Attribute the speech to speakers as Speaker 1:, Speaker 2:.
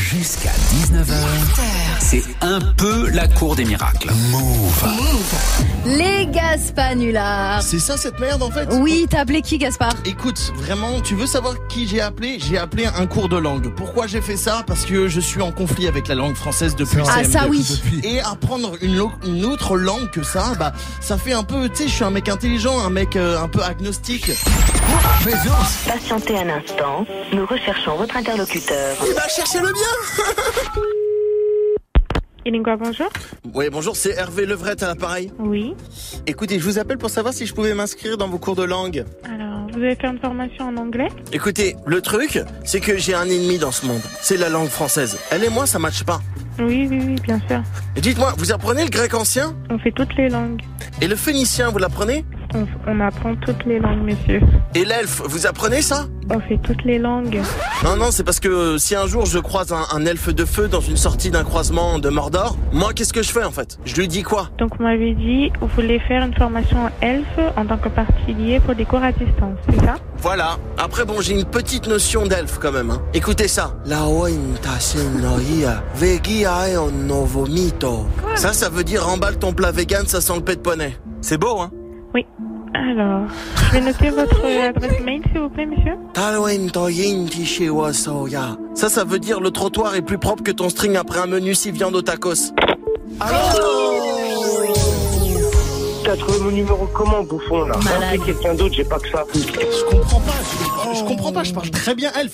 Speaker 1: Jusqu'à 19h, c'est un peu la cour des miracles.
Speaker 2: Les Gaspanulars.
Speaker 3: C'est ça cette merde en fait
Speaker 2: Oui, t'as appelé qui, Gaspard
Speaker 3: Écoute, vraiment, tu veux savoir qui j'ai appelé J'ai appelé un cours de langue. Pourquoi j'ai fait ça Parce que je suis en conflit avec la langue française depuis
Speaker 2: Ah,
Speaker 3: CM2.
Speaker 2: ça oui.
Speaker 3: Et apprendre une, lo- une autre langue que ça, bah, ça fait un peu, tu sais, je suis un mec intelligent, un mec euh, un peu agnostique.
Speaker 4: Patientez un instant, nous recherchons votre interlocuteur.
Speaker 3: Il va chercher le bien
Speaker 5: Ilingua, bonjour.
Speaker 3: Ouais, bonjour, c'est Hervé Levrette à l'appareil.
Speaker 5: Oui.
Speaker 3: Écoutez, je vous appelle pour savoir si je pouvais m'inscrire dans vos cours de langue.
Speaker 5: Alors, vous avez fait une formation en anglais
Speaker 3: Écoutez, le truc, c'est que j'ai un ennemi dans ce monde. C'est la langue française. Elle et moi, ça matche pas.
Speaker 5: Oui, oui, oui, bien sûr.
Speaker 3: Et Dites-moi, vous apprenez le grec ancien
Speaker 5: On fait toutes les langues.
Speaker 3: Et le phénicien, vous l'apprenez
Speaker 5: On, on apprend toutes les langues, monsieur.
Speaker 3: Et l'elfe, vous apprenez ça
Speaker 5: On fait toutes les langues.
Speaker 3: Non, non, c'est parce que euh, si un jour je croise un, un elfe de feu dans une sortie d'un croisement de Mordor, moi qu'est-ce que je fais en fait Je lui dis quoi
Speaker 5: Donc, vous m'avez dit, vous voulez faire une formation en elfe en tant que particulier pour des cours à distance, c'est ça
Speaker 3: Voilà. Après bon, j'ai une petite notion d'elfe quand même. hein. Écoutez ça. Ça, ça veut dire emballe ton plat vegan, ça sent le pet de poney. C'est beau, hein
Speaker 5: Alors, je vais noter votre adresse mail, s'il vous plaît, monsieur.
Speaker 3: Ça, ça veut dire le trottoir est plus propre que ton string après un menu si viande au tacos.
Speaker 6: T'as trouvé mon numéro comment, bouffon, là
Speaker 2: Malade.
Speaker 6: Appelez quelqu'un d'autre, j'ai pas que ça.
Speaker 3: Je comprends pas, je, je comprends pas, je parle très bien elfe.